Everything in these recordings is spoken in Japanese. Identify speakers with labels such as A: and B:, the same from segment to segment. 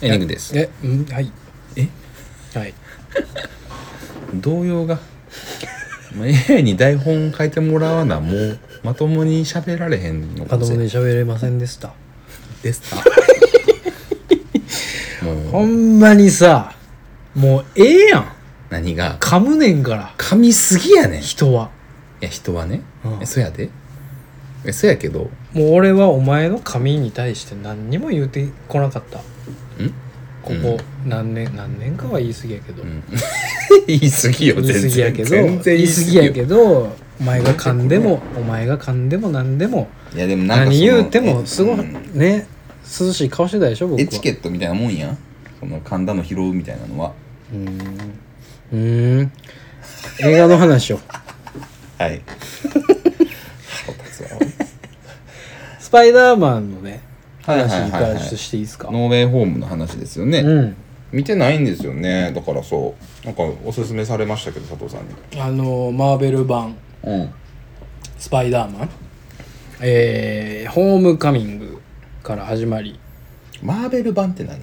A: エンディングです
B: えうんはい
A: え
B: はい
A: 動揺がまあ AI に台本書いてもらわなもうまともに喋られへんの
B: まとも
A: も
B: に喋れませんでした
A: です かも
B: ほ
A: うん
B: まにさもうええやん
A: 何が
B: 噛むねんから
A: 噛みすぎやねんい
B: 人は
A: や人はね、
B: うん
A: えそやでえそやけどん
B: もう俺はお前の髪に対して何にも言うてこなかったここ何年、何年かは言い過ぎやけど、
A: うん言い過ぎよ
B: 言
A: 全然
B: い過ぎやけど
A: 全然
B: 言
A: 言
B: い
A: い
B: 過
A: 過
B: ぎ
A: ぎ
B: や
A: や
B: けどお前が噛んでもお前が噛んでも何でも
A: いやでもなんかその
B: 何言うても
A: え
B: すごい
A: うん
B: ね涼しい顔してたでしょ僕は
A: エチケットみたいなもんやんその神田の拾うみたいなのは
B: うーんうーん映画の話を
A: はい 腹立つわ
B: スパイダーマンのね
A: はいはいはいは
B: 話
A: い
B: からちょっとしていいですか、
A: ノーウェイホームの話ですよね、
B: うん
A: 見てないんですよねだからそうなんかおすすめされましたけど佐藤さんに
B: あのマーベル版
A: うん
B: スパイダーマンえー、ホームカミングから始まり
A: マーベル版って何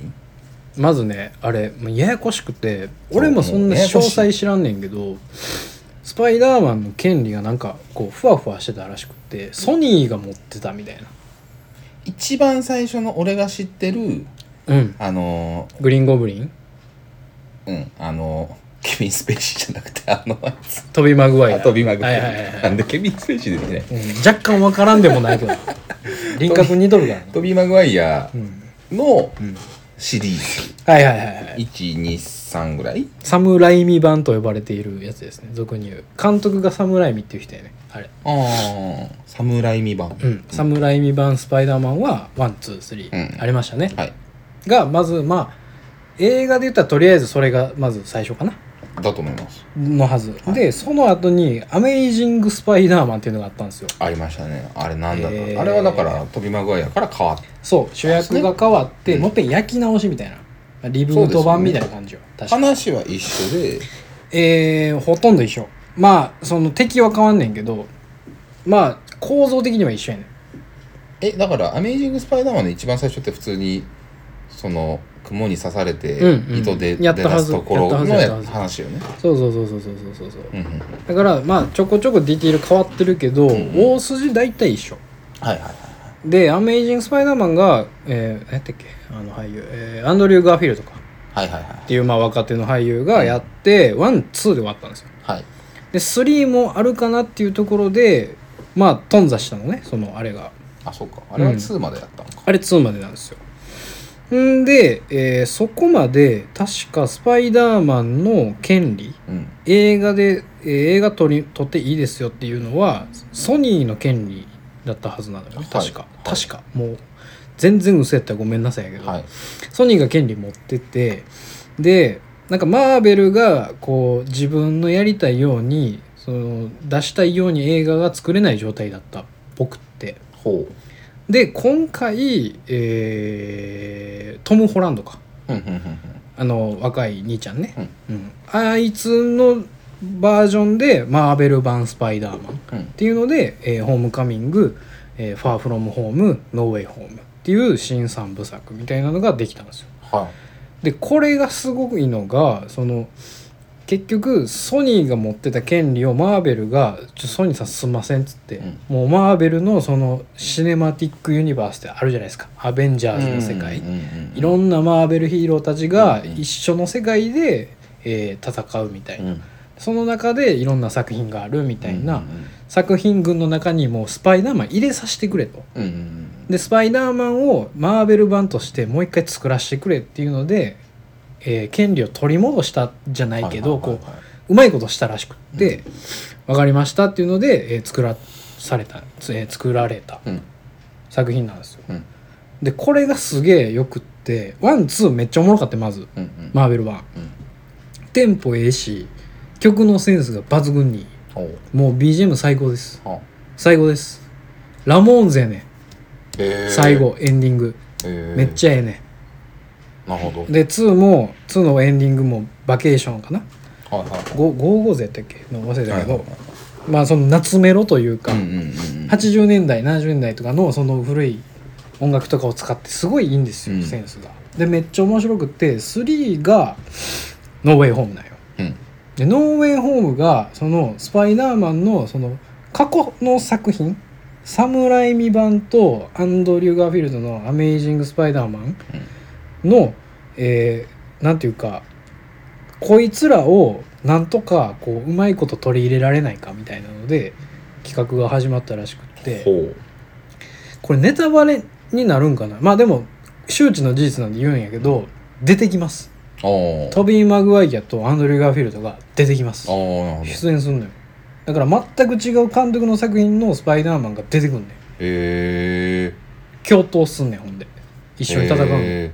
B: まずねあれもうややこしくて俺もそん
A: そうもう
B: な
A: やや
B: 詳
A: こしい
B: 細知らんねんけどスパイダーマンの権利がなんかこうふわふわしてたらしくてソニーが持ってたみたいな
A: 一番最初の俺が知ってる
B: うん
A: あの
B: グリーンゴブリン
A: ーうんあのーケビン・スペイシーじゃなくてあのあいつ
B: トビ・マグワイア
A: あ飛びまくって
B: はいはいはい、はい
A: なんでケビン・スペイシー出てない
B: うん若干わからんでもな いけど輪郭似とるからな
A: 飛びマグワイヤ
B: うん
A: ーの
B: ん
A: シリーズ
B: はいはいはいはい
A: 123ぐらい
B: サムライミ版と呼ばれているやつですね俗に言う監督がサムライミっていう人やねあれ
A: ああ侍未版
B: うん、サムライミ版スパイダーマンはワンツースリ
A: う
B: ー
A: ん
B: ありましたね、
A: はい
B: がまずまあ映画で言ったらとりあえずそれがまず最初かな
A: だと思います
B: のはず、
A: はい
B: でその後に「アメイジング・スパイダーマン」っていうのがあったんですよ
A: ありましたねあれなんだろう、
B: えー
A: あれはだから飛びマグワイヤーから変わっ
B: そう主役が変わって、
A: うん
B: もう一遍焼き直しみたいなリブート版みたいな感じよ確かに
A: 話は一緒で
B: えー、ほとんど一緒まあその敵は変わんねんけどまあ構造的には一緒やねん
A: えだから「アメイジング・スパイダーマン」の一番最初って普通にその雲に刺されて
B: うんうん
A: 糸で
B: や
A: 出
B: ったは
A: だ
B: ず
A: すところの
B: やったは
A: や
B: ず
A: 話よね、
B: そうそうそうそうそうそうそう
A: うんうん、はい
B: だからまあちょこちょこディティール変わってるけど、
A: んうん
B: 大筋大体一緒
A: はいはい
B: で「アメイジング・スパイダーマンが」えー、何やったっけあの俳優、えーアンドリュー・ガーフィールドか
A: はいはい
B: っていうまあ若手の俳優がやってワンツーで終わったんですよ
A: はいはい
B: で3もあるかなっていうところでまあ頓挫したのねそのあれが
A: あそうかあれは
B: うん
A: 2までやったのか、
B: あれ2までなんですよんで、えーそこまで確かスパイダーマンの権利
A: うん、
B: 映画で、えー映画撮り撮っていいですよっていうのはソニーの権利だったはずなのよね
A: はい
B: 確か、
A: はい
B: 確かもう全然嘘やったらごめんなさいやけど、
A: はい
B: ソニーが権利持っててでなんかマーベルがこう自分のやりたいようにその出したいように映画が作れない状態だったっぽくって
A: ほ
B: で今回、えートム・ホランドか
A: ううんうんうん
B: あの若い兄ちゃんね、うんあいつのバージョンでマーベル版スパイダーマンっ
A: うんうん
B: ていうので、えーホームカミング、えーファーフロムホームノーウェイホームっていう新三部作みたいなのができたんですよ
A: は
B: でこれがすごいのがその結局ソニーが持ってた権利をマーベルが「ちょソニーさんすんません」っつって、
A: うん
B: もうマーベルのそのシネマティックユニバースってあるじゃないですかアベンジャ
A: い
B: ーズの世界、
A: うんうんうんうん
B: いろんなマーベルヒーローたちが
A: うん
B: 一緒の世界で、えー戦うみたいな、
A: うん
B: その中でいろんな作品があるみたいな、
A: うん
B: 作品群の中にもうスパイダーマン入れさせてくれと。
A: うんうん
B: でスパイダーマンをマーベル版としてもう一回作らせてくれっていうので、えー権利を取り戻したじゃないけど、
A: はいはい
B: こ
A: はいはいう
B: うまいことしたらしくって、分かりましたっていうので、えー作らされた、つえー作られた
A: うん
B: 作品なんですよ。
A: うん
B: でこれがすげえよくってワンツーめっちゃおもろかったまず
A: うんうん
B: マーベル版
A: うん
B: テンポええし曲のセンスが抜群にいい
A: ほう
B: もう BGM 最高です
A: はあ
B: 最高ですラモーンズやね
A: えー
B: 最後エンディング
A: えー
B: めっちゃええね
A: なるほど
B: で2も2のエンディングもバケーションかな
A: はいはいはい
B: ゴ55やったっけの忘れた
A: は
B: け
A: い
B: ど、
A: はいはい
B: まあその夏メロというか、
A: うんうんうんうん
B: 80年代70年代とかのその古い音楽とかを使ってすごいいいんですよ、
A: うん
B: センスがでめっちゃ面白くって3がノーウェイホームなんよ
A: うん
B: でノーウェイホームがそのスパイダーマンのその過去の作品サムライミ版とアンドリュー・ガーフィールドの「アメイジング・スパイダーマンの」えーなんていうかこいつらをなんとかこううまいこと取り入れられないかみたいなので企画が始まったらしくって。
A: ほ
B: これネタバレになるんかなまあでも周知の事実なんで言うんやけど出てきます
A: うああ
B: トビー・マグワイアとアンドリュー・ガーフィールドが出てきます
A: ああなるほど
B: 出演すんのよだから全く違う監督の作品のスパイダーマンが出てくんねん
A: へえ
B: 共闘すんねんほんで一緒に戦うの
A: へ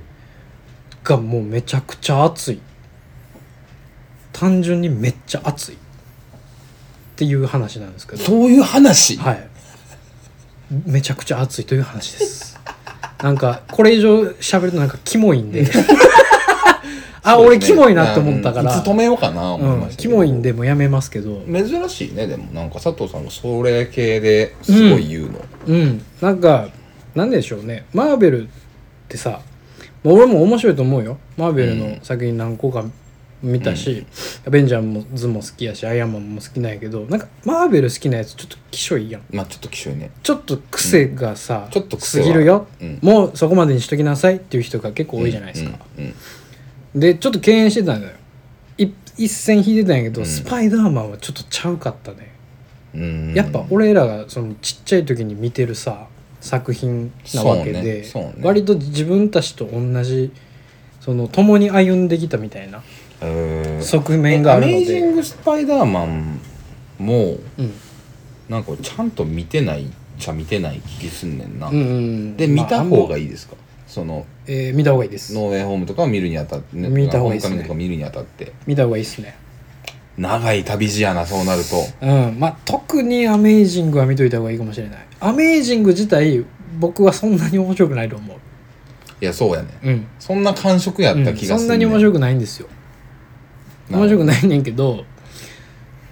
B: がもうめちゃくちゃ熱い単純にめっちゃ熱いっていう話なんですけ
A: ー
B: ど
A: そういう話
B: はい。めちゃくちゃ熱いという話です。なんか、これ以上喋るとなんかキモい んで。あ、
A: そう
B: 俺
A: です
B: キ
A: ね
B: モいなって思ったから。
A: うんいつ止めようかな思いま
B: うん
A: したけ
B: キ
A: ど
B: モいんでもうやめますけど。
A: 珍しいねでもなんか佐藤さんもそれ系ですごい言うの、
B: うん。なんか、なんでしょうね。マーベルってさ、まあ俺も面白いと思うよ。マーベルの作品何個か見たし、アベンジャーもズも好きやし、アイアンマンも好きなんやけど、なんかマーベル好きなやつちょっときしょいやん。
A: まあちょっと気象ね
B: ちょっと癖がさ、
A: ちょっと癖
B: す
A: は
B: ぎるよ、
A: うん
B: もうそこまでにしときなさいっていう人が結構多いじゃないですか、
A: うんうん
B: でちょっと敬遠してたんだよい一線引いてたんやけど、
A: うん
B: スパイダーマンはちょっとちゃうかったね、
A: うんうん
B: やっぱ俺らがそのちっちゃい時に見てるさ作品なわけで、
A: そうねそうね
B: 割と自分たちと同じその共に歩んできたみたいな
A: うん
B: 側面があるの
A: アメイジン
B: で、
A: グ・スパイダーマンも
B: うん
A: なんかちゃんと見てないっちゃ見てない気すんねんな、
B: うんうん、
A: で見た方が
B: いい、
A: いいですかその
B: えー見た方がいいです
A: ノーウェイホームとかを見るにあたって、ね
B: 見た方がいいっす
A: ホー
B: ね
A: ムカミングとか見るにあたって
B: 見た方がいいっすね
A: 長い旅路やなそうなると
B: うんまあ、特に「アメイジング」は見といた方がいいかもしれない「アメイジング」自体僕はそんなに面白くないと思う
A: いやそうやね
B: うん、
A: そんな感触やった気
B: そ
A: がする、ね
B: んなに面白くないんですよ
A: な
B: 面白くないねんけど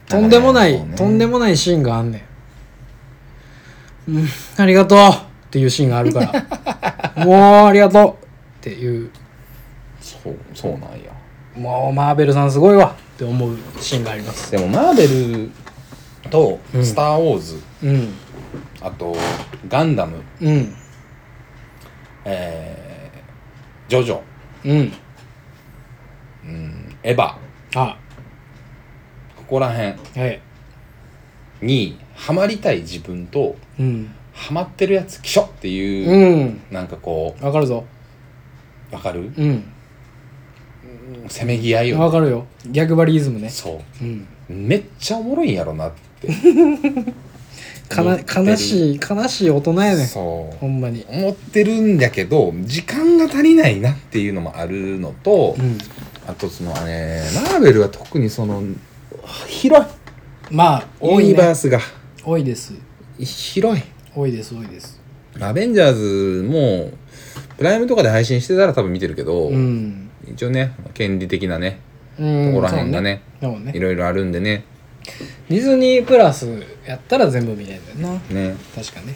B: とんでもない、
A: そうね
B: とんでもないシーンがあんねんうんありがとうっていうシーンがあるか らもうありがとうっていう
A: そうそうなんや
B: もうマーベルさんすごいわって思うシーンがあります
A: でもマーベルと「スター・ウォーズ」
B: うん
A: あと「ガンダム
B: うん」
A: えージョジョ」
B: うん
A: うん「エヴァ」
B: あ
A: ここら辺
B: はい
A: にハマりたい自分と
B: うん
A: ハマってるやつきしょっていう、
B: うん
A: なんかこ
B: わかるぞ
A: うわかる
B: うん
A: せめぎ合い
B: わ
A: を
B: かるよギャグバリイズムね、
A: そ
B: うん、
A: うめっちゃおもろいんやろな って
B: かな
A: 思ってる
B: 悲しい悲しい大人やねん
A: そう
B: ほんまに
A: 思ってるんだけど時間が足りないなっていうのもあるのと、
B: うん
A: あとそのねマーベルは特にその広い
B: まあ多
A: ユ
B: い
A: ニバー
B: ね
A: スが
B: 多いです
A: 広い
B: 多いです多いです
A: アベンジャーズもプライムとかで配信してたら多分見てるけど、
B: うん
A: 一応ね権利的なね
B: うん
A: ここら辺がね
B: そうね
A: い
B: でもね
A: ろいろあるんでね
B: ディズニープラスやったら全部見れるんだよな
A: ね
B: 確かね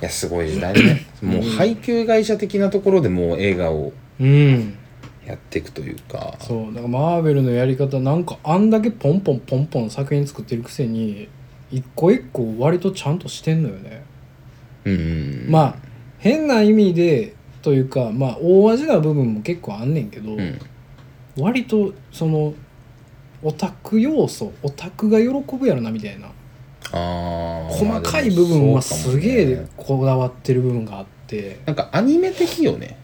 A: いやすごい時代ねもう配給会社的なところでもう映画を
B: うん
A: やっていくというか
B: そうだからマーベルのやり方なんかあんだけポンポンポンポン作品作ってるくせに一個一個割とちゃんとしてんのよね
A: うん
B: まあ変な意味でというかまあ大味な部分も結構あんねんけど、
A: うん
B: 割とそのオタク要素オタクが喜ぶやろなみたいな
A: あー
B: 細かい部分はすげ
A: まあでもそうかも
B: え
A: ね
B: こだわってる部分があって
A: なんかアニメ的よね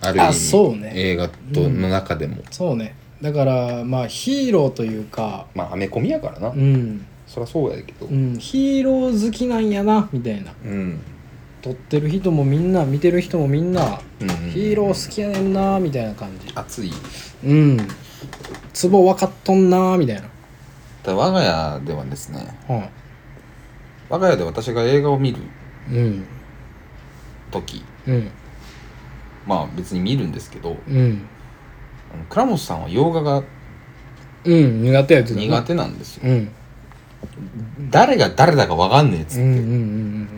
A: ある意味
B: あそうね
A: 映画との中でも、
B: そうねだからまあヒーローというか
A: まあアメコミやからな、
B: うん、
A: そりゃそうやけど
B: うん、ヒーロー好きなんやなみたいな
A: うん
B: 撮ってる人もみんな見てる人もみんな
A: うん
B: ヒーロー好きやねんなみたいな感じ
A: 熱い
B: うんツボ分かっとんなみたいな、
A: ただ我が家ではですね
B: は
A: 我が家で私が映画を見る
B: い、うん
A: 時
B: うん
A: まあ別に見るんですけど
B: うん
A: あの倉本さんは洋画が
B: うん苦手やつ
A: 苦手なんですよ
B: うん
A: 誰が誰だか分かんねえっつっ
B: う
A: て、
B: んうんうん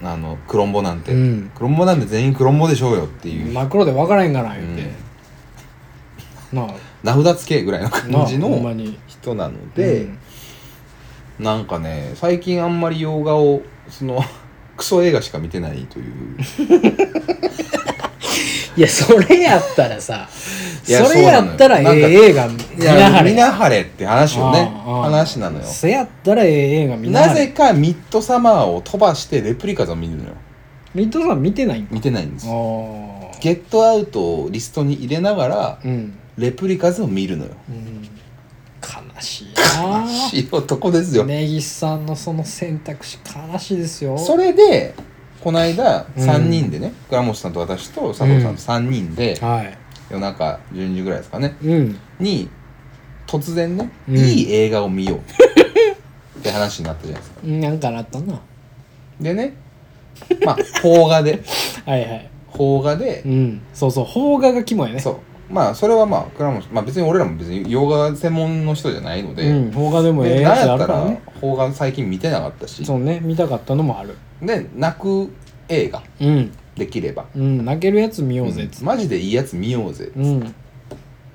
A: あのクロンボなんて、
B: うん
A: クロンボなんて全員クロンボでしょうよっていう、
B: 真っ黒で分からへんから言って
A: うん、
B: なあ
A: 名札つけぐらいの
B: なあ
A: 感じ
B: ほんま
A: の
B: に
A: 人なので、
B: うん
A: なんかね最近あんまり洋画をその クソ映画しか見てないという
B: いやそれやったらさ
A: いや
B: それやったら
A: そうなの
B: え
A: よ
B: え映画 見
A: い
B: なは
A: や
B: れ
A: 見なはれって話をね
B: うんうん
A: 話なのよ
B: せやったらええ映画見なは
A: な
B: れ
A: ぜかミッドサマーを飛ばしてレプリカズを見るのよ
B: ミッドさん見てないんか
A: 見てないんです
B: あ
A: よ
B: ー
A: ゲットアウトをリストに入れながら
B: うん、
A: レプリカズを見るのよ
B: うん、悲しいな
A: 悲しい男ですよ、
B: 根岸さんのその選択肢悲しいですよ
A: それでこの間
B: うん
A: 3人でね、倉本さんと私と佐藤さんと3人で、
B: はい
A: 夜中12時ぐらいですかね
B: うん
A: に突然ね、
B: うん
A: いい映画を見よう って話になったじゃないですか
B: なんかなったな
A: でねまあ邦画で
B: はいはい
A: 邦画で
B: う、んそうそう邦画が肝やね
A: そうまあそれはまあ倉本まあ別に俺らも別に洋画専門の人じゃないので、
B: うん、邦画でもええ
A: で
B: や
A: なん
B: つ
A: や
B: あ
A: った
B: るから
A: ら
B: ね
A: 邦画最近見てなかったし
B: そうね見たかったのもある
A: で泣く映画
B: うん
A: できれば
B: うん泣けるやつ見ようぜっつ
A: うんマジでいいやつ見ようぜ
B: うん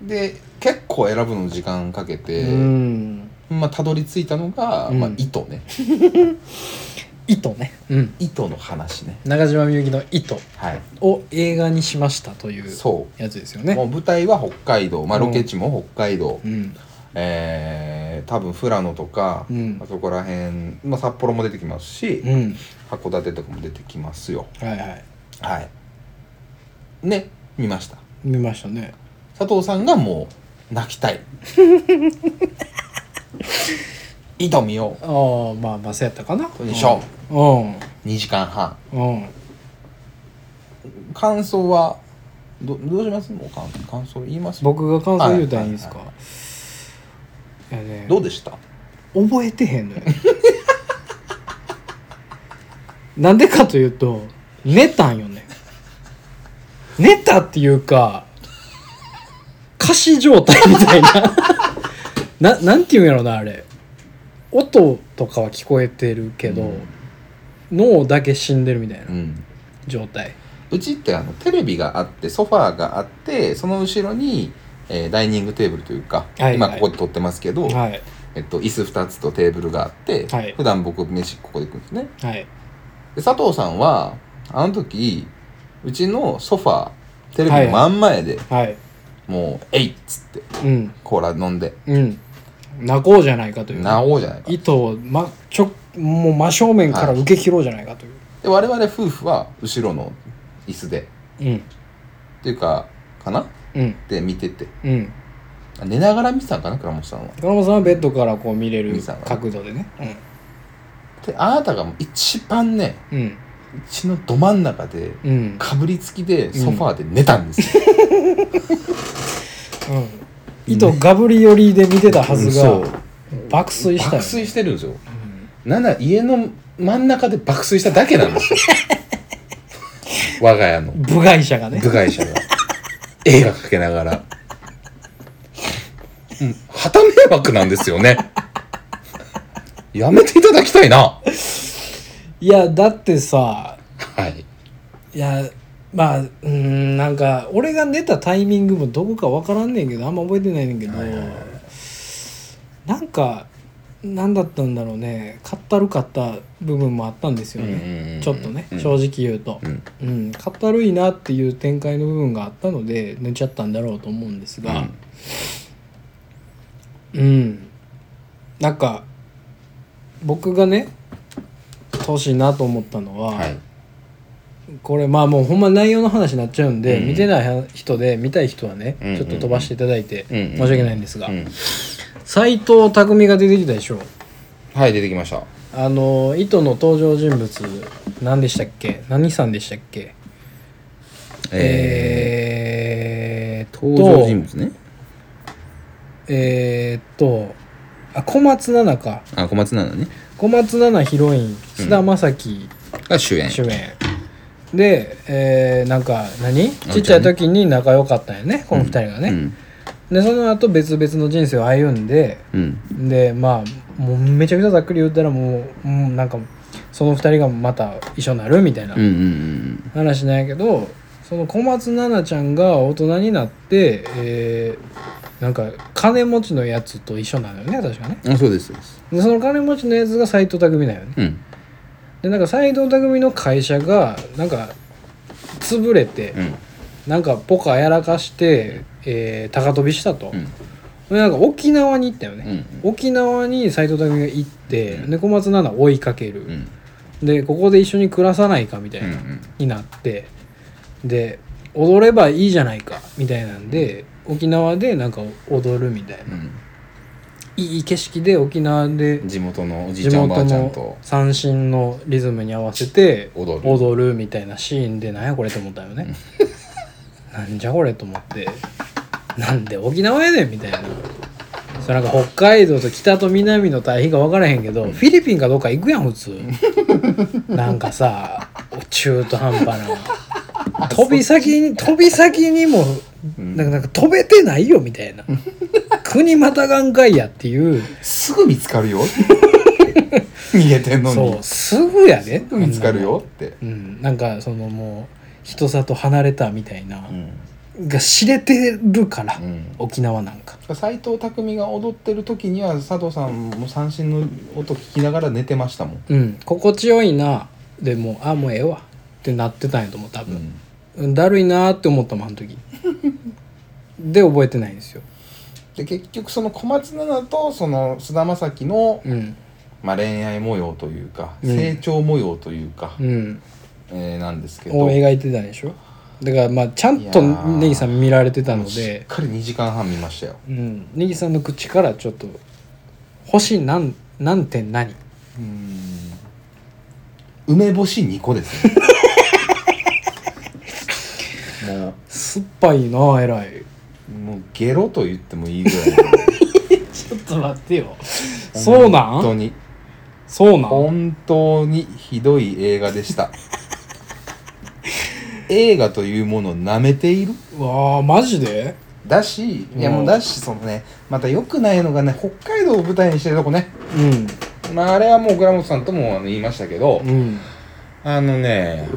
A: で結構選ぶの時間かけ
B: う
A: て、
B: ん
A: まあたどり着いたのが、
B: うん
A: まあ、糸ね
B: 糸ねうん
A: 糸の話ね
B: 中島みゆきの糸
A: はい
B: を映画にしましたという
A: そ
B: やつですよ
A: う、
B: ね
A: もう舞台は北海道、まあ、
B: うん
A: ロケ地も北海道、
B: うん
A: えー多分富良野とか、
B: うん
A: あそこら辺、まあ、札幌も出てきますし、
B: うん
A: 函館とかも出てきますよ
B: はいはい
A: はいね見ました
B: 見ましたね
A: 佐藤さんがもう泣き たい糸見よ
B: ああまあまあそうやったかな
A: うでしょ
B: うん
A: 2時間半
B: うん
A: 感想はどどうしますもう感感想言います
B: 僕が感想言うたらいいんですか、
A: はい
B: いやね
A: どうでした
B: 覚えてへんのよ なんでかというと寝たんよね寝たっていうか歌詞状態みたい なななんていうんやろなあれ音とかは聞こえてるけど、
A: うん
B: 脳だけ死んでるみたいな
A: うん
B: 状態
A: うちってあのテレビがあってソファーがあってその後ろに、えーダイニングテーブルというか、
B: はい
A: 今ここで撮ってますけど、
B: はい
A: えっと、椅子2つとテーブルがあって、
B: はい
A: 普段僕飯ここで食うんですね
B: はい
A: で佐藤さんはあの時うちのソファーテレビの真ん前で、
B: はい
A: もう「えいっ!」つって
B: うん
A: コーラ飲んで
B: うん泣こうじゃないか
A: 「
B: という
A: なおう」じゃないか
B: 糸を、ま、ちょもう真正面から受け切ろうじゃないかという、
A: で我々夫婦は後ろの椅子でっていうかかな
B: うんうん
A: で見てて
B: うん
A: あ寝ながら見てたんかな倉本さんは
B: 倉本さんはベッドからこう見れる
A: 見てたのね
B: 角度でね
A: であなたがもう一番ね
B: うん
A: うちのど真ん中で
B: うんうん、
A: かぶりつきでソファーで寝たんで すよ、
B: うん、糸ガブリ寄りで見てたはずが、
A: うんそう
B: 爆睡したよね
A: 爆睡してるんですよなんなら家の真ん中で爆睡しただけなん ですよ我が家の
B: うん部外者がね
A: 部外者が映画かけながらうん旗迷惑なんですよねやめていただきたいない
B: やだって
A: は
B: さ
A: い
B: いやまあうーんなんか俺が寝たタイミングもどこかわからんねんけどあんま覚えてないねんけど、
A: はいはいはい
B: なんか何だったんだろうねかったるかった部分もあったんですよね、ちょっとね、正
A: 直
B: 直言うと
A: う、ん
B: うんかったるいなっていう展開の部分があったので寝ちゃったんだろうと思うんですがうん、なんか僕がね欲しいなと思ったのは、
A: はい
B: これまあもうほんま内容の話になっちゃうんで、
A: うん
B: 見てない人で見たい人はね、
A: うんうんうん
B: ちょっと飛ばしていただいて、
A: うんうん
B: 申し訳ないんですが
A: うん
B: 斎、藤匠が出てきたでしょ
A: はい出てきました
B: あの糸の登場人物何でしたっけ何さんでしたっけ
A: え
B: えー
A: ー
B: っと
A: 登場人物ね
B: えーっとあ小松菜奈か
A: あ小松菜奈ね
B: 小松菜奈ヒロイン菅田将暉
A: が主演
B: 主演、で、えーなんか何ちっちゃい時に仲良かったんよねこの二人がね、
A: うん
B: でその後別々の人生を歩んで
A: うん
B: でまあもうめちゃくちゃざっくり言ったらもう、うん、なんかその2人がまた一緒になるみたいな
A: うんうん
B: 話なんやけどその小松菜奈ちゃんが大人になって、えーなんか金持ちのやつと一緒なのよね確かね
A: うんあそうですそうです
B: でその金持ちのやつが斎藤匠だよね
A: うん
B: でなんか斎藤匠の会社がなんか潰れて、
A: うん
B: なんかポカやらかして、えー高飛びしたと、
A: うん
B: でなんか沖縄に行ったよね、
A: うん
B: 沖縄に斎藤匠が行って、
A: うん
B: で小松菜奈追いかける
A: う、ん
B: でここで一緒に暮らさないかみたいな、になってで踊ればいいじゃないかみたいなんで沖縄でなんか踊るみたいな
A: うん
B: いい景色で沖縄で
A: うん地元のおじ
B: 地
A: いちゃんおば
B: 元
A: あちゃんと
B: の三振のリズムに合わせて
A: 踊る
B: 踊るみたいなシーンでなんやこれと思ったよねなんじゃこれと思ってなんで沖縄やねんみたいなそうなんか北海道と北と南の対比が分からへんけど、フィリピンかどっか行くやん 普通なんかさ中途半端な飛び先に飛び先にも
A: うん
B: なんかなんか飛べてないよみたい な国またがんかいやっていう
A: すぐ見つか るよ逃げてんの
B: そう
A: に
B: すぐやです
A: ぐ見つかるよって
B: うん、なんかそのもう人里離れたみたいな
A: う、ん
B: が知れてるから、
A: うん
B: 沖縄なんか
A: 斎藤匠が踊ってる時には佐藤さんも三振の音聞きながら寝てましたもん、
B: うん心地よいなでもうあもうええわってなってたんやと思う多
A: う
B: 分、
A: ん、
B: だるいなーって思ったもんあの 時で覚えてないんですよ
A: で結局その小松菜奈とその菅田将暉の、
B: うん
A: まあ、恋愛模様というか、
B: うん
A: 成長模様というか、
B: うん
A: えーなんですけど
B: を描いてたでしょだからまあちゃんと
A: いやー
B: ネギさん見られてたの
A: しっ
B: で
A: かり2時間半見ましたよ、
B: うんネギさんの口からちょっと「星なんなんて何?」
A: 梅干し2個ですね も
B: 酸っぱいな偉いう
A: もうゲロと言ってもいいぐらいの
B: ちょっと待っ てよ。 そうな
A: 本当
B: ん
A: に
B: そうなん
A: 本当にひどい映画でした 映画というものを舐めている
B: うわあ、マジで
A: だしいや
B: うん
A: もうだしそのねまた良くないのがね北海道を舞台にしてるとこね
B: うん。
A: まああれはもう倉本さんともあの言いましたけど、
B: うん。
A: あのね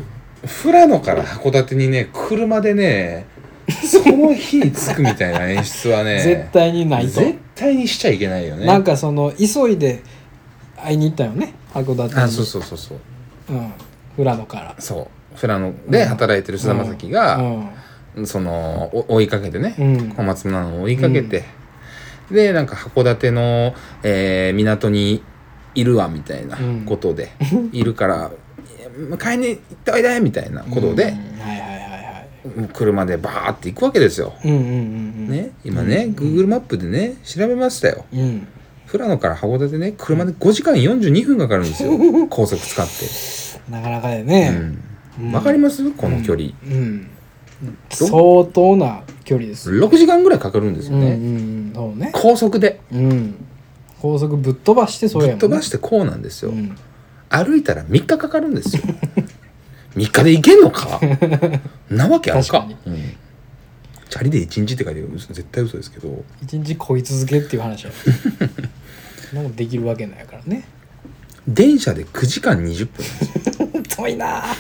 A: 富良野から函館にね車でねその日に着くみたいな演出はね
B: 絶対にないと。
A: 絶対にしちゃいけないよね
B: なんかその、急いで会いに行ったよね。函館に。
A: あそうそうそうそう
B: う。ん。富良野から。
A: そう富良野で働いてる菅田将暉が、
B: うん。
A: そのお追いかけてね、
B: うん
A: 小松菜奈を追いかけて、でなんか函館の、えー港にいるわみたいな
B: うん
A: ことで、いる から「迎えに行っておいで」みたいなこと
B: う
A: で
B: ん、はいはいはいはい。
A: もう車でバーって行くわけですよ。
B: うんうんうんうん。
A: ね、今ね、Google マップでね調べましたよ
B: うん。
A: 富良野から函館ね車で5時間42分かかるんです よ高速使って、
B: なかなかだよ
A: う
B: ね。
A: ん
B: うん
A: わかりますこの距離、
B: うん。相当な距離です。
A: 6時間ぐらいかかるんです
B: う
A: よ
B: んう
A: ね、
B: んうん。そうね。
A: 高速で
B: うん。高速ぶっ飛ばしてそう
A: ぶ
B: やも
A: っ
B: んね。
A: 飛ばしてこうなんですよ、
B: うん。
A: 歩いたら3日かかるんですよ 3日で行けんの かなわけあるか
B: 確か
A: うんチャリで1日って書いてる嘘絶対嘘ですけど
B: 一日こい続けっていう 話だよそんなことできるわけないからね
A: 電車で9時間20分なんですよ
B: 遠いなあ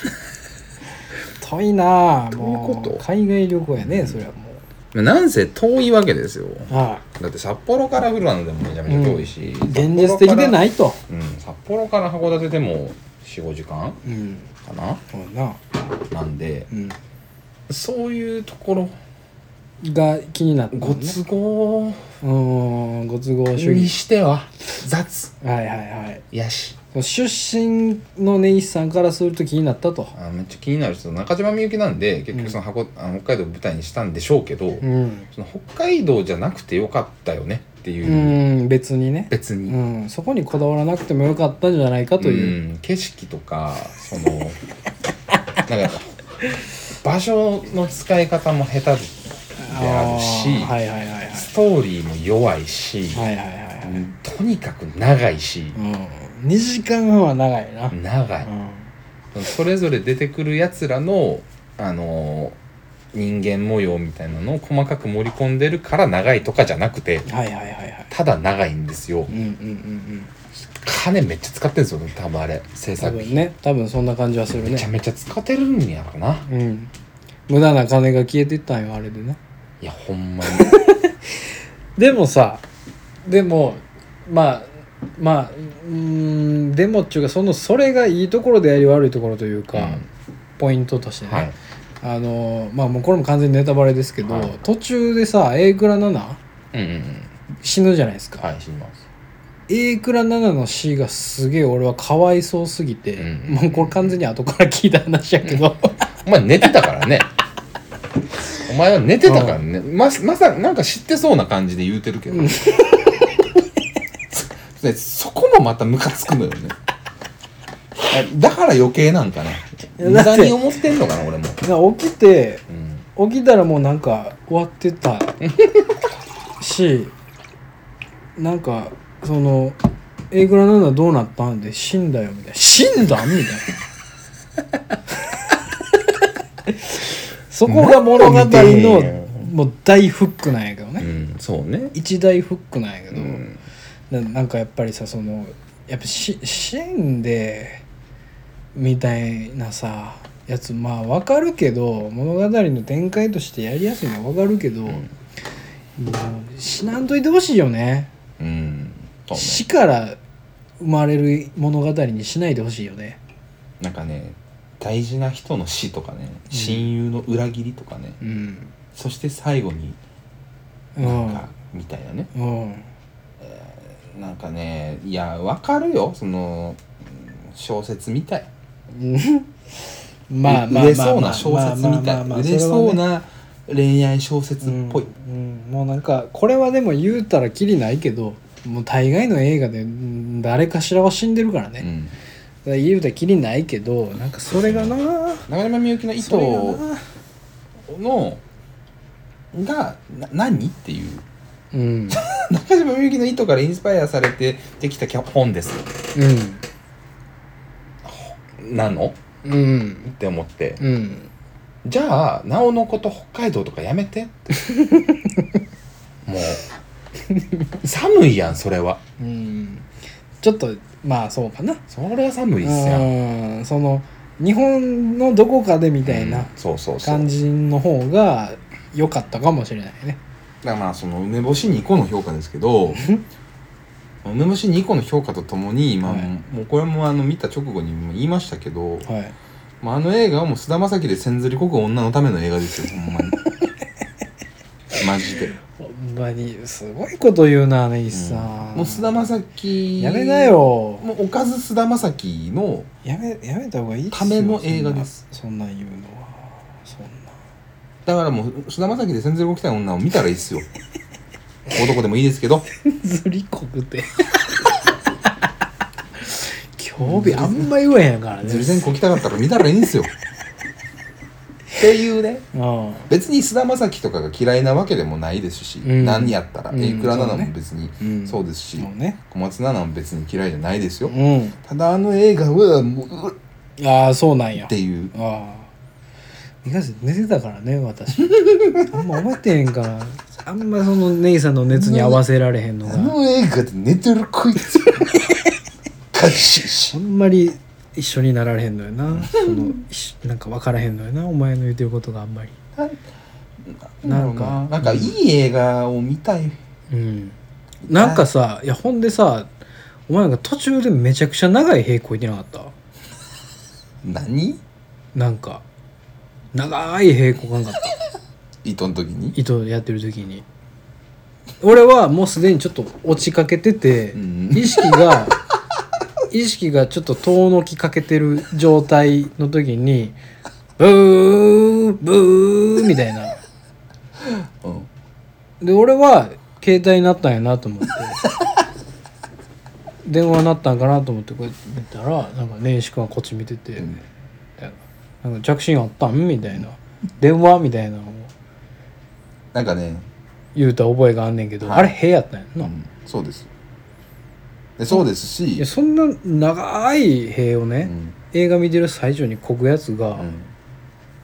B: 遠いなあも
A: どういうこと
B: 海外旅行やねそれはも
A: なんせ遠いわけですよ
B: うああ
A: だって札幌から富良野でもめちゃめちゃ遠いし、、
B: 現実的でないいと
A: うん、札幌から函館でも45時間
B: うん
A: かな
B: そうやな
A: なんで
B: うん
A: そういうところ
B: が気になったも
A: ご
B: んね
A: 都合
B: うーんご都合主
A: に
B: 義
A: しては雑
B: はいはいはい
A: やし
B: その出身の根岸さんからすると気になったと
A: あめっちゃ気になる人中島みゆきなんで結局その箱、あの北海道を舞台にしたんでしょうけど、
B: うん
A: その北海道じゃなくてよかったよねって
B: う
A: いう、
B: ん別にね
A: 別に、
B: うんそこにこだわらなくてもよかったんじゃないかという
A: うん景色とかそ のなんか場所の使い方も下手であるし
B: あーはいはいはいはい
A: ストーリーも弱いし、
B: はいはいはいはい、
A: うんとにかく長いし、
B: うん、2時間半は長いな、
A: 長い、それぞれ出てくるやつらのあのー人間模様みたいなのを細かく盛り込んでるから長いとかじゃなくて
B: うん、はいはいはいはい
A: ただ長いんですよ
B: うんうんうん
A: 金めっちゃ使ってるんですよ多分あれ制
B: 多
A: 作費、
B: 分ね多分そんな感じはする
A: めちゃ
B: ね
A: めちゃ使ってるんやろな
B: うん無駄な金が消えてったんよあれでない
A: やほんまに
B: でもさでもまあまあうーんでもっていうかそのそれがいいところであり悪いところというか、ポイントとしてね、
A: はい
B: あのまあもうこれも完全にネタバレですけど、
A: はい
B: 途中でさ A クラ7
A: うんうんうん
B: 死ぬじゃないですか、
A: はい死にます、
B: A クラ7の死がすげえ俺はかわいそうすぎて、
A: うん
B: もうこれ完全に後から聞いた話やけど、
A: お前寝てたからねお前は寝てたからねままさなんか知ってそうな感じで言うてるけど、
B: うん
A: そそこもまたムカつくのよねあだから余計なんかな無
B: だっ
A: 駄
B: て
A: に思ってんのかな俺も、
B: な起きて
A: うん、
B: 起きたらもうなんか終わっ てたしなんかその「A グラ7どうなったん?」で「死んだよ」みたいな「死んだ?」みたいな そこが物語
A: なんか見てへんや
B: の
A: ん
B: もう大フックなんやけどね、
A: うん、そうね。
B: 一大フックなんやけ
A: う
B: ど、
A: ん、
B: ななんかやっぱりさそのやっぱし死んでみたいなさやつまあわかるけど物語の展開としてやりやすいのはわかるけど、もう死なんといてほしいよね
A: うん、そうね。
B: 死から生まれる物語にしないでほしいよね
A: なんかね、大事な人の死とかね、親友の裏切りとかね、
B: うん
A: そして最後に
B: う
A: なん
B: ん
A: かみたいなね。
B: うん
A: なんかね、いやわかるよ。そのうん小説みたい。
B: まあまあまあ
A: 売れそうな小説みたい。売れそう
B: っ
A: な恋愛小説っぽい。
B: うんうんもうなんかこれはでも言うたらきりないけどもう大概の映画でうん誰かしらは死んでるからね、
A: うん
B: だから言うたらきりないけどなんかそれがな
A: 長山みゆきの意図
B: それがな
A: のがな何っていう。
B: うんうん
A: 中島みゆきの意図からインスパイアされてできた脚本ですなの
B: うん
A: って思って、
B: うん
A: じゃあなおのこと北海道とかやめてって もう寒いやんそれは
B: うんちょっとまあそうかな
A: それは寒いっすやん
B: うんその日本のどこかでみたい
A: うん
B: な
A: そうそうそう
B: 感じの方が良かったかもしれないね
A: だからまあその梅干し2個の評価ですけど梅干し2個の評価とともに、まあ
B: はい
A: もうこれもあの見た直後にも言いましたけど、
B: はい
A: まあ、あの映画はもう菅田将暉で千ずりこく女のための映画です よほんまにマジで
B: ほんまにすごいこと言うな根岸さん、
A: もう菅田将暉
B: やめなよ
A: もうおかず菅田将暉の
B: やめやめた方がいいっすよ
A: ための映画です
B: そんなそんなん言うのはそん な
A: だからもう菅田将暉で千鶴来た女を見たらいいっすよ男でもいいですけど
B: ずりこくて興味あんま言わへんからね
A: ずり線こきたかったら見たらいいん ですよっていうね
B: あ
A: 別に菅田将暉とかが嫌いなわけでもないですし、
B: うん
A: 何やったら、
B: うん
A: えいくらなの
B: そう
A: も
B: ね
A: 別に
B: あうん
A: そうですし、
B: そうね
A: 小松菜奈も別に嫌いじゃないですよ、
B: うん
A: ただあの映画はもううっ
B: ああそうなんや
A: っていう
B: ああいかんせん寝てたからね 私あんま覚えてへんからあんまそのネイさんの熱に合わせられへんの
A: あ
B: が
A: の映画で寝てるこい つカシシ
B: あんまり一緒になられへんのよなその一緒なんか分からへんのよなお前の言ってることがあんまり
A: なんかなんかいい映画を見たい、
B: うんなんかさいやほんでさお前なんか途中でめちゃくちゃ長い平行いてなかった
A: 何
B: なんか長い平行感があった
A: 糸の時に
B: 糸やってる時に俺はもうすでにちょっと落ちかけてて、
A: うん
B: 意識が意識がちょっと遠のきかけてる状態の時にブーブーみたいな
A: うん
B: で俺は携帯になったんやなと思って 電話なったんかなと思ってこうやって見たらなんか年始君はこっち見てて、
A: うん
B: なんか着信あったんみたいな電話みたいなのを
A: なんかね、
B: 言うた覚えがあんねんけど、
A: はい
B: あれ部屋やったんやん
A: う
B: な、
A: ん、そうですでそうです
B: い
A: し
B: やそんな長い塀を
A: う
B: ね、
A: ん
B: 映画見てる最中にこぐやつが、
A: うん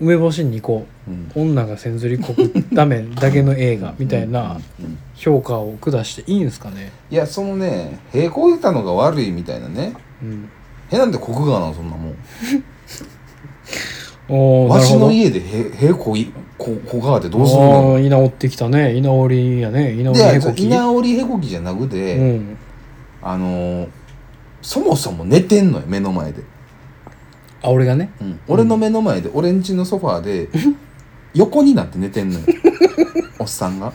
B: 梅干し2個
A: うん
B: 女がせんずりこくためだけの映画みたいな
A: うん
B: 評価を下していいんですかね
A: いやそのね平行出たのが悪いみたいなね
B: うん
A: へなんて国外なのそんなもん
B: おー
A: わ
B: なる
A: し
B: ほど
A: の家でへへこいここがあってどうすん
B: あ
A: の
B: あ居直ってきたね居直りやね居直
A: い
B: り
A: や
B: へこき
A: 居直りへこきじゃなくて、
B: うん
A: あのーそもそも寝てんのよ目の前で、
B: あ俺がね
A: うん俺の目の前で俺んちのソファーで 横になって寝てん のよおっさんが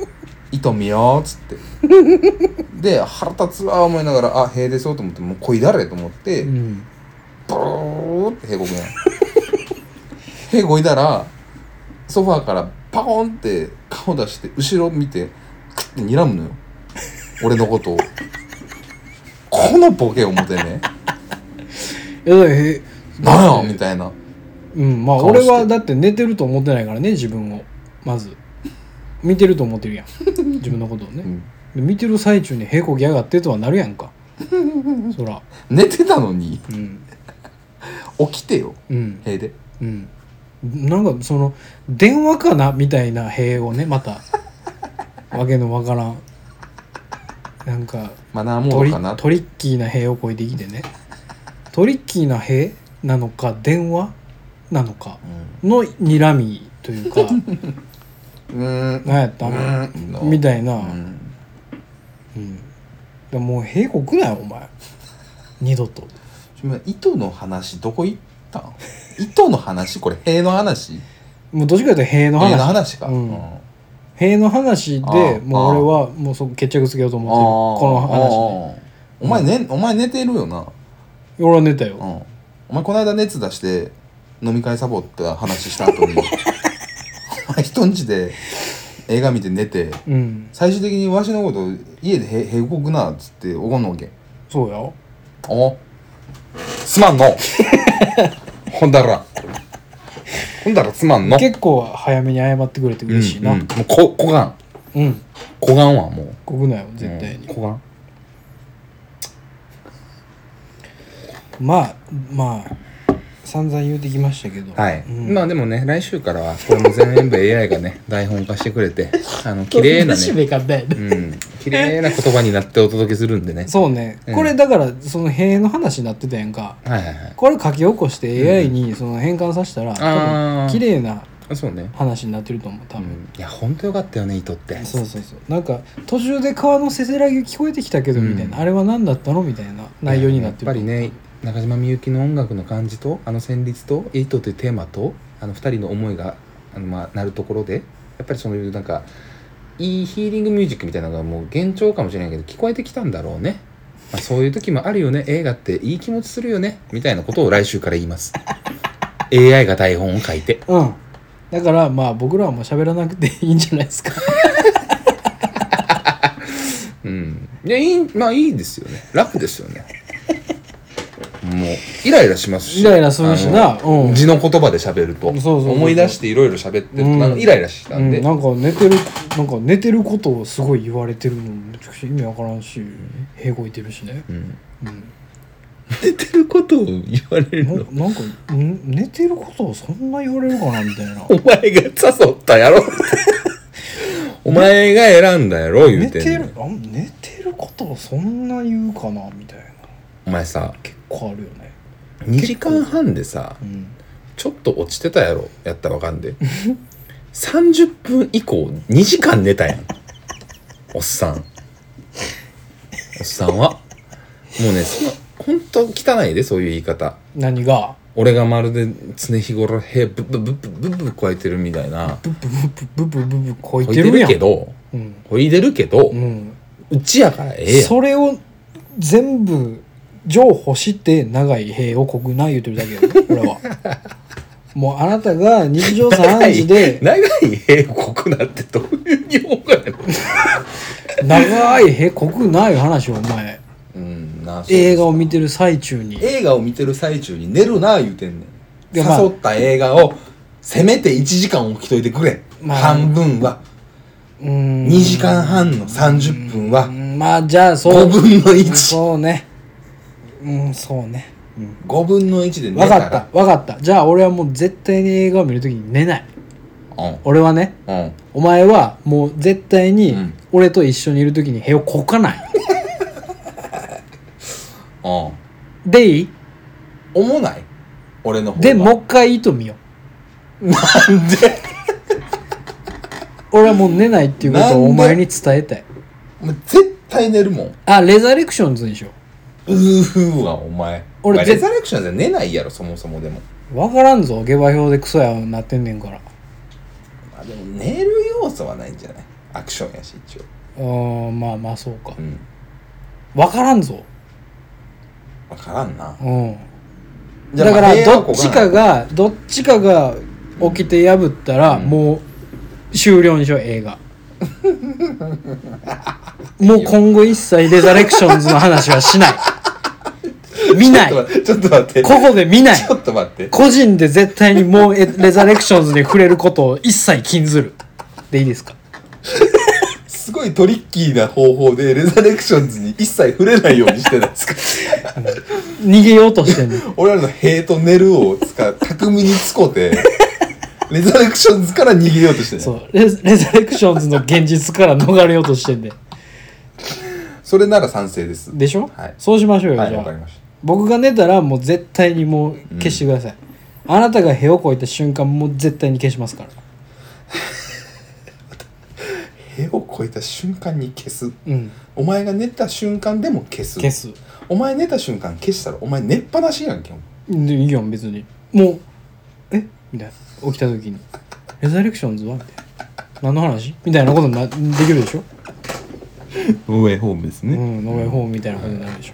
A: 「糸見よ」っつってで腹立つわ思いながらあ塀でそうと思ってもうこいだれと思って、
B: うん
A: ブーってへこくやんへこいだらソファーからパコンって顔出して後ろ見てクッて睨むのよ俺のことをこのボケを思てね
B: いやだからへ
A: なんやみたいな
B: うんまあ
A: 顔して
B: 俺はだって寝てると思ってないからね自分をまず見てると思って るやん自分のことを
A: う
B: ね
A: ん
B: で見てる最中にへこきやがってとはなるやんかそら
A: 寝てたのに
B: うん
A: 起きてよ
B: うん
A: 塀で
B: うんなんかその電話かなみたいな塀をねまたわけのわからんなんか
A: マナーモ
B: ト
A: ード
B: リ
A: かな
B: トリッキーな塀を越えてきて ねトリッキーな塀なのか電話なのかの睨みとい うか
A: うんうーん
B: 何やった
A: うんーん
B: みたいな、
A: うん
B: うんでももう塀こくなよお前二度と
A: ちょ今糸の話どこ行ったん糸の話これ塀の話
B: もうどっちかというと塀の
A: 塀の
B: 話
A: 話か、
B: うん
A: うん
B: 塀の話
A: あ
B: で
A: ー
B: もう俺はもうそこ決着つけようと思ってるこの話ね
A: 話ねお前ね、お前寝てるよな、
B: 俺は寝たよ
A: うん、お前この間熱出して飲み会サボった話した後 にお前人んちで映画見て寝て
B: うん
A: 最終的にわしのこと家でへへこくなっつって怒んのけ
B: そうよ
A: おすまんのほんだらほんだらすまんの
B: 結構早めに謝ってくれて嬉しいな
A: うんうん、もうここがん
B: うん
A: こがんわもう
B: こくなよ絶対に
A: うんこがん
B: まあまあ散々言うてきましたけど
A: はい、
B: うん
A: まあでもね来週からはこれも全部 AI がね台本化してくれ てあの綺麗な
B: し
A: ね
B: べかったよね
A: うん綺麗な言葉になってお届けするんでね
B: そうね、
A: うん
B: これだからその塀の話になってたやんか
A: はいはいはい
B: これ書き起こして AI にその変換させたら、多
A: あー
B: 分綺麗な
A: あそうね、
B: 話になってると思う多
A: う
B: 分、
A: ん、いや本当よかったよね糸って
B: そうそうそうなんか途中で川のせせらぎ聞こえてきたけどみたいな、
A: うん
B: あれは何だったのみたいな内容になってる
A: やっぱ
B: と
A: り
B: 思う
A: ね中島みゆきの音楽の感じとあの旋律と糸というテーマとあの二人の思いがあの、まあ、なるところでやっぱりそういうなんかいいヒーリングミュージックみたいなのがもう幻聴かもしれないけど聞こえてきたんだろうね、まあ、そういう時もあるよね映画っていい気持ちするよねみたいなことを来週から言います AI が台本を書いて
B: うんだからまあ僕らはもう喋らなくていいんじゃないですか
A: うんいやいいまあいいですよね楽ですよねもうイライラしますし
B: イライラするしな
A: あの
B: うん
A: 字の言葉で喋ると
B: そうそうそう
A: 思い出していろいろ喋ってると
B: うん
A: なんかイライラしてきたんで、
B: うん、なんか寝てるなんか寝てることをすごい言われてるのもめちゃくちゃ意味わからんし、へこいてるしね、
A: うん
B: うん、
A: 寝てることを言われる
B: ななんかん寝てることをそんな言われるかなみたいな
A: お前が誘ったやろお前が選んだやろ言
B: 寝
A: うて
B: て
A: んねん
B: るあ寝てることをそんな言うかなみたいな
A: お前さ
B: 結構あるよね
A: 2時間半でさ
B: うん
A: ちょっと落ちてたやろやったらわかんで30分以降2時間寝たやんおっさんおっさんはもうねそのほんと汚いでそういう言い方
B: 何が
A: 俺がまるで常日頃へぶぶぶぶぶぶぶこえてるみたいな
B: ブブブブブブブブこい
A: こい
B: て
A: て
B: る
A: る
B: やん
A: けど
B: うん、
A: こいでるけど、
B: う
A: うんちやからええやん
B: それを全部譲歩して長い塀をこぐな言うてるだけよ俺はもうあなたが日常茶
A: 長
B: 飯
A: い
B: 事で
A: 長い塀を濃くなってどういう日本語やねん、
B: 長いへこくない話をお前
A: うん、な
B: 映画を見てる最中に
A: 映画を見てる最中に寝るな言うてんねん
B: いやまあ
A: 誘った映画をせめて1時間置きといてくれ、
B: まあ
A: 半分は
B: うーん
A: 2時間半の30分は
B: うんまあじゃあそう
A: 5分の1
B: そうねうんそうね、うん、
A: 5分の1で寝た
B: 分からった分かったじゃあ俺はもう絶対に映画を見るときに寝ない
A: うん
B: 俺はね
A: うん
B: お前はもう絶対に
A: うん
B: 俺と一緒にいる時に屁をこかない
A: うん
B: でいい
A: 思わない俺の方が
B: でもう一回糸見よ
A: なんで
B: う俺はもう寝ないっていうことをお前に伝えたい
A: お前絶対寝るもんう
B: あレザレクションズにしよ
A: ーふーはお前
B: 俺
A: お前
B: ぜ
A: レザレクションじゃ寝ないやろそもそもでも
B: う分からんぞ下馬評でクソやなってんねんから
A: まあでも寝る要素はないんじゃないアクションやし一応
B: あーまあまあそうか
A: うん
B: 分からんぞ
A: 分からんな
B: うん
A: じゃあ
B: だか
A: まあ
B: ら
A: 部屋は
B: ど
A: こ
B: っ
A: こな
B: ち
A: の
B: かがどっちかが起きて破ったら
A: うん
B: もう終了にしよう映画 もう今後一切レザレクションズの話はしない 見ない
A: ちょっ待ってち
B: こと
A: ょっと待って
B: こで見ない
A: ちょっと待って
B: 個人で絶対にもうえレザレクションズに触れることを一切禁ずるでいいですか
A: すごいトリッキーな方法でレザレクションズに一切触れないようにしてない ですか
B: 逃げようとしてんの
A: 俺らの「へ」と「寝る」を使う巧みに使う てレザレクションズから逃げようとしてない
B: そうレレザレクションズの現実から逃れようとしてん で
A: それなら賛成です
B: でしょ、
A: はい
B: そうしましょうよ、
A: はい
B: じゃ
A: わ
B: あ
A: かりまし
B: 僕が寝たらもう絶対にもう消してください、あなたが部屋を越えた瞬間もう絶対に消しますから
A: た「へ」を超えた瞬間に消す
B: うん
A: お前が寝た瞬間でも消す
B: 消す
A: お前寝た瞬間消したらお前寝っぱなしやんけ
B: でいいやん別にもうえみたいな起きた時に「レザレクションズは?」みたいな「何の話?」みたいなことになできるでしょ
A: ノーウェイホームです
B: う、んノーウェイホームみたいなことになるでしょ、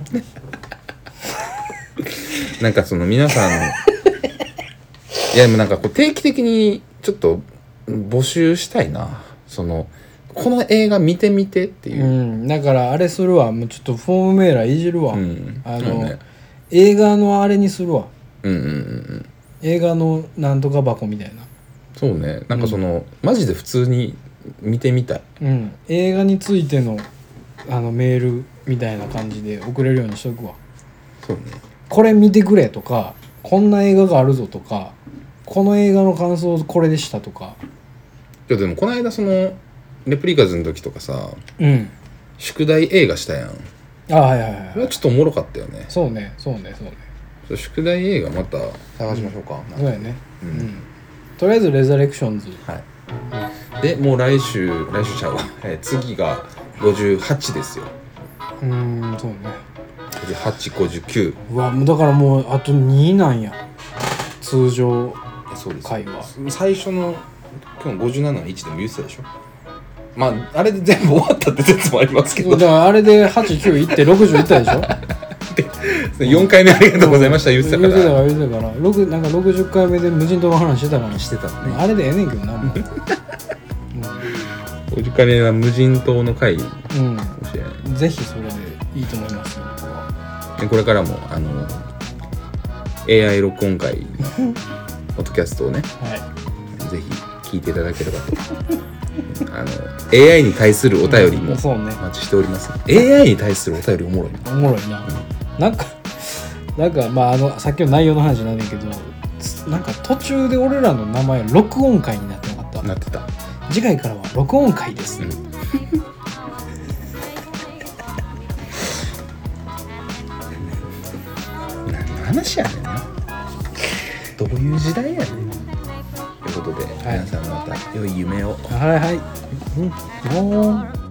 A: なんかその 皆さんいやでもなんかこう定期的にちょっと募集したいなそのこの映画見てみてっていうう、
B: んだからあれするわもうちょっとフォームメーラーいじるわ、
A: うん
B: あ
A: そう
B: の、
A: ね
B: 映画のあれにするわ
A: うんうんうんうん
B: 映画のなんとか箱みたいな
A: そうねなんかその、マジで普通に見てみたい
B: うん、映画についてのあのメールみたいな感じで送れるようにしとくわ
A: そうね
B: これ見てくれとかこんな映画があるぞとかこの映画の感想これでしたとか
A: いやでもこの間そのレプリカズの時とかさ
B: うん
A: 宿題映画したやん
B: あはいはい
A: あ
B: は
A: れはいちょっとおもろかったよね
B: そうねそうねそうね
A: ちょっと宿題映画また探しましょうか、
B: そうやね
A: う
B: うん、
A: ん
B: とりあえず「レザレクションズ
A: はいでもう来週来週ちゃうわ、 えー次が58ですよ」
B: うーんそうね
A: 5859
B: うわもうだからもうあと2なんや通常
A: えそうです
B: 会話
A: 最初の今日57の1でも言ってたでしょまああれで全部終わったって説もありますけ
B: そう
A: ど
B: だからあれで89いって60いったでしょ
A: 4回目ありがとうございました言ってたから
B: 言うてたから六なんか60回目で無人島の話してたから
A: してたのね
B: あれでええねんけどなもう
A: 50回目は無人島の回か
B: うん、
A: もしれない
B: うん、ぜひそれでいいと思いますよ僕は
A: でこれからもあの AI 録音会 のポッドキャストをね
B: はい
A: ぜひ聞いていただければと あの AI に対するお便りも
B: そうね
A: お待ちしております AI に対するお便りおもろいな
B: おもろいななんかなんかまああのさっきの内容の話なんだけどつなんか途中で俺らの名前録音会になってなかった
A: なってた
B: 次回からは録音会です、
A: うん何の話やねんなどういう時代やねんということで、
B: い
A: 皆さんまた良い夢を
B: はいはいうんもう